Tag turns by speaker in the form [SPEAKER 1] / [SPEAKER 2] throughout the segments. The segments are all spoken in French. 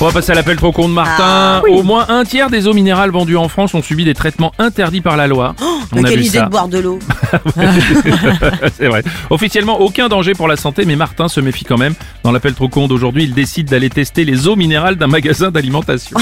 [SPEAKER 1] On va passer à l'appel trop con
[SPEAKER 2] Ah
[SPEAKER 1] de Martin. Au moins un tiers des eaux minérales vendues en France ont subi des traitements interdits par la loi.
[SPEAKER 2] Oh, Mais
[SPEAKER 1] a
[SPEAKER 2] quelle
[SPEAKER 1] vu
[SPEAKER 2] idée
[SPEAKER 1] ça.
[SPEAKER 2] de boire de l'eau
[SPEAKER 1] C'est vrai. Officiellement, aucun danger pour la santé, mais Martin se méfie quand même. Dans l'appel trop con d'aujourd'hui, il décide d'aller tester les eaux minérales d'un magasin d'alimentation.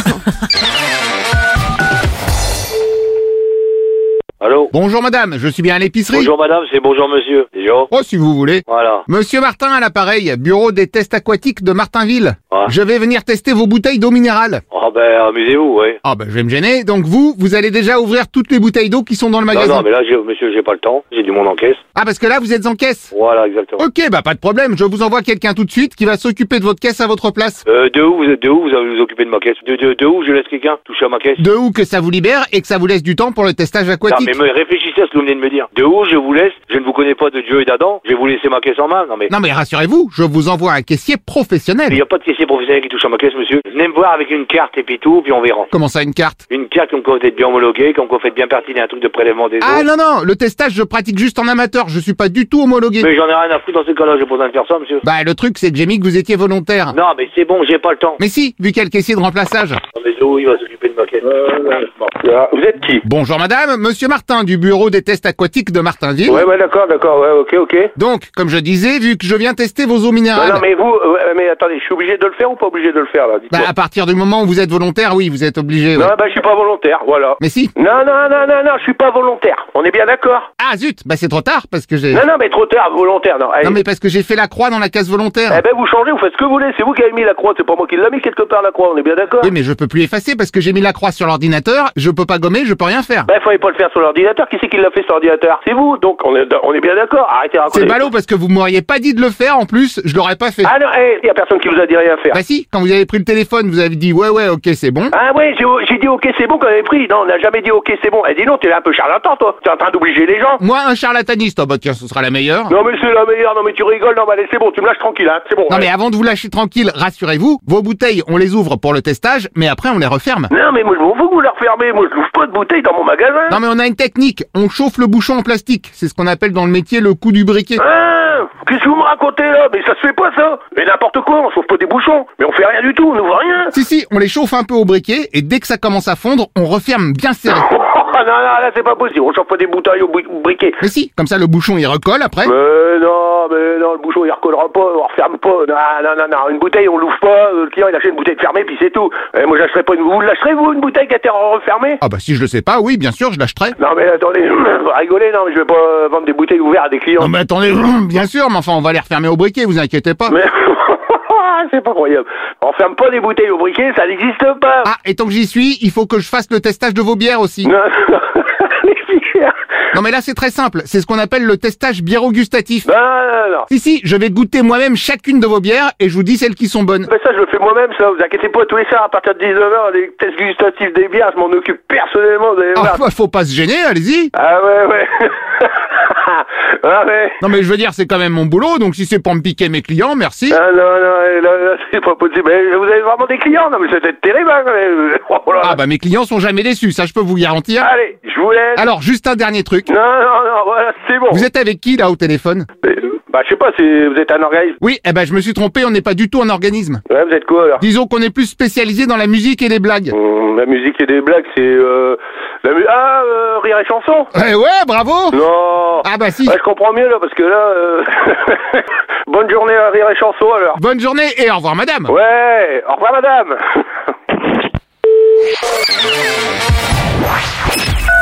[SPEAKER 3] Allô
[SPEAKER 4] Bonjour madame, je suis bien à l'épicerie.
[SPEAKER 3] Bonjour madame, c'est bonjour monsieur. Déjà
[SPEAKER 4] Oh, si vous voulez.
[SPEAKER 3] Voilà.
[SPEAKER 4] Monsieur Martin à l'appareil, bureau des tests aquatiques de Martinville.
[SPEAKER 3] Ouais.
[SPEAKER 4] Je vais venir tester vos bouteilles d'eau minérale.
[SPEAKER 3] Ah ben amusez-vous, ouais.
[SPEAKER 4] Ah ben, je vais me gêner. Donc vous, vous allez déjà ouvrir toutes les bouteilles d'eau qui sont dans le
[SPEAKER 3] Non,
[SPEAKER 4] magasin.
[SPEAKER 3] non, mais là, j'ai- monsieur, j'ai pas le temps. J'ai du monde en caisse.
[SPEAKER 4] Ah parce que là, vous êtes en caisse.
[SPEAKER 3] Voilà, exactement.
[SPEAKER 4] Ok, bah pas de problème. Je vous envoie quelqu'un tout de suite qui va s'occuper de votre caisse à votre place.
[SPEAKER 3] Euh, de où vous êtes, de où vous allez vous occuper de ma caisse de, de, de où je laisse quelqu'un toucher à ma caisse
[SPEAKER 4] De où que ça vous libère et que ça vous laisse du temps pour le testage
[SPEAKER 3] Non,
[SPEAKER 4] aquatique.
[SPEAKER 3] mais me- réfléchissez à ce que vous venez de me dire. De où je vous laisse Je ne vous connais pas de Dieu et d'Adam. Je vais vous laisser ma caisse en main. Non, mais
[SPEAKER 4] Non mais rassurez-vous, je vous envoie un caissier
[SPEAKER 3] il
[SPEAKER 4] professionnel.
[SPEAKER 3] n'y a pas de caissier professionnel qui touche à ma caisse, monsieur. Venez me voir avec une carte et puis tout, puis on verra.
[SPEAKER 4] Comment ça une carte
[SPEAKER 3] Une carte comme quoi vous êtes bien homologué, comme quoi vous faites bien partie d'un truc de prélèvement des
[SPEAKER 4] Ah
[SPEAKER 3] eaux.
[SPEAKER 4] non non, le testage je pratique juste en amateur, je suis pas du tout homologué.
[SPEAKER 3] Mais j'en ai rien à foutre dans ce cas-là, j'ai pas besoin de faire ça, monsieur.
[SPEAKER 4] Bah le truc c'est que j'ai mis que vous étiez volontaire.
[SPEAKER 3] Non, mais c'est bon, j'ai pas le temps.
[SPEAKER 4] Mais si, vu qu'il y a le caissier de remplaçage.
[SPEAKER 3] Non, mais de où il va s'occuper de ma caisse
[SPEAKER 5] Ah, Vous êtes qui
[SPEAKER 4] Bonjour madame, monsieur Martin du bureau des tests aquatiques de Martinville.
[SPEAKER 5] Ouais, ouais, d'accord, d'accord, ouais, ok, ok.
[SPEAKER 4] Donc, comme je disais, vu que je viens tester vos eaux
[SPEAKER 5] Non,
[SPEAKER 4] minérales.
[SPEAKER 5] non, mais vous, euh, ouais, mais attendez, je suis obligé de le faire ou pas obligé de le faire, là dites-moi.
[SPEAKER 4] Bah à partir du moment où vous êtes volontaire, oui, vous êtes obligé. ouais.
[SPEAKER 5] Non, bah, je suis pas volontaire, voilà.
[SPEAKER 4] Mais si.
[SPEAKER 5] Non, non, non, non, non, je suis pas volontaire. On est bien d'accord
[SPEAKER 4] Ah zut, bah c'est trop tard parce que j'ai
[SPEAKER 5] Non, non, mais trop tard, volontaire, non. allez.
[SPEAKER 4] Non mais parce que j'ai fait la croix dans la case volontaire.
[SPEAKER 5] Eh ben, vous changez, vous faites ce que vous voulez, c'est vous qui avez mis la croix, c'est pas moi qui l'a mis quelque part, la croix, on est bien d'accord
[SPEAKER 4] Oui, mais je peux plus effacer parce que j'ai mis la croix sur l'ordinateur, je peux pas gommer, je peux rien faire.
[SPEAKER 5] Ben, fallait pas le faire sur l'ordinateur, qui c'est qui l'a fait sur l'ordinateur C'est vous, donc on est, on est bien d'accord, arrêtez de raconter.
[SPEAKER 4] C'est ballot parce que vous m'auriez pas dit de le faire en plus, je l'aurais pas fait.
[SPEAKER 5] Ah non, eh, y a personne qui vous a dit rien à faire.
[SPEAKER 4] Bah si, quand vous avez pris le téléphone, vous avez dit ouais ouais ok c'est bon.
[SPEAKER 5] Ah ouais, j'ai j'ai dit ok c'est bon quand on avait pris. Non, on n'a jamais dit ok c'est bon. Eh dis non, t'es un peu charlatan toi. T'es en train d'obliger les gens.
[SPEAKER 4] Moi un charlataniste, oh bah tiens ce sera la meilleure.
[SPEAKER 5] Non mais c'est la meilleure, non mais tu rigoles, non mais allez c'est bon, tu me lâches tranquille hein, c'est bon.
[SPEAKER 4] Non mais
[SPEAKER 5] allez.
[SPEAKER 4] avant de vous lâcher tranquille, rassurez-vous, vos bouteilles on les ouvre pour le testage, mais après on les referme.
[SPEAKER 5] Non mais moi je m'en fous que vous la refermez, moi je l'ouvre pas de bouteille dans mon magasin.
[SPEAKER 4] Non mais on a une technique, on chauffe le bouchon en plastique, c'est ce qu'on appelle dans le métier le coup du briquet.
[SPEAKER 5] Hein Qu'est-ce que vous me racontez là Mais ça se fait pas ça Mais n'importe quoi, on sauve pas des bouchons, mais on fait rien du tout, on n'ouvre rien
[SPEAKER 4] Si si, on les chauffe un peu au briquet et dès que ça commence à fondre, on referme bien serré.
[SPEAKER 5] Oh, non, non, là c'est pas possible, on chauffe pas des bouteilles au bri- briquet.
[SPEAKER 4] Mais si, comme ça le bouchon il recolle après.
[SPEAKER 5] Mais non, mais non, le bouchon il recollera pas, on referme pas. Non, non, non, non, une bouteille on l'ouvre pas, euh, le client il achète une bouteille fermée puis c'est tout. Et moi j'achèterai pas une. Vous lâcherez vous une bouteille qui a été refermée
[SPEAKER 4] Ah bah si je le sais pas, oui bien sûr je lâcherai.
[SPEAKER 5] Non mais attendez, vous rigolez, non mais je vais pas euh, vendre des bouteilles ouvertes à des clients.
[SPEAKER 4] Non mais attendez, bien sûr, mais enfin on va les refermer au briquet, vous inquiétez pas.
[SPEAKER 5] Mais c'est pas croyable. On ferme pas des bouteilles au briquet, ça n'existe pas.
[SPEAKER 4] Ah, et tant que j'y suis, il faut que je fasse le testage de vos bières aussi.
[SPEAKER 5] Non, non, les bières.
[SPEAKER 4] Non mais là c'est très simple, c'est ce qu'on appelle le testage biérogustatif.
[SPEAKER 5] Non, non, non, non.
[SPEAKER 4] Si si, je vais goûter moi-même chacune de vos bières et je vous dis celles qui sont bonnes.
[SPEAKER 5] Mais ça, je le fais moi-même, ça. Vous inquiétez pas, tous les soirs, à partir de 19h, les tests gustatifs des bières, je m'en occupe personnellement, vous allez
[SPEAKER 4] Ah
[SPEAKER 5] voir.
[SPEAKER 4] bah, faut pas se gêner, allez-y.
[SPEAKER 5] Ah ouais, ouais. ah ouais.
[SPEAKER 4] Non mais je veux dire, c'est quand même mon boulot, donc si c'est pour me piquer mes clients, merci.
[SPEAKER 5] Ah non, non, là, là, c'est pas possible. Mais vous avez vraiment des clients Non, mais c'est terrible. hein, mais- oh là là.
[SPEAKER 4] Ah bah mes clients sont jamais déçus, ça je peux vous garantir.
[SPEAKER 5] Allez, je vous laisse.
[SPEAKER 4] Alors juste un dernier truc.
[SPEAKER 5] Non, non, non, voilà, c'est bon.
[SPEAKER 4] Vous êtes avec qui là au téléphone
[SPEAKER 5] Mais, Bah, je sais pas, si vous êtes un organisme.
[SPEAKER 4] Oui, eh ben je me suis trompé, on n'est pas du tout un organisme.
[SPEAKER 5] Ouais, vous êtes quoi, alors
[SPEAKER 4] Disons qu'on est plus spécialisé dans la musique et les blagues.
[SPEAKER 5] Hum, La musique et des blagues, c'est... Euh, la mu- ah, euh, rire et chanson
[SPEAKER 4] Eh ouais, bravo
[SPEAKER 5] Non
[SPEAKER 4] Ah bah si
[SPEAKER 5] Ouais, je comprends mieux, là, parce que là... euh, Bonne journée à rire et chanson, alors.
[SPEAKER 4] Bonne journée et au revoir madame
[SPEAKER 5] Ouais, au revoir, madame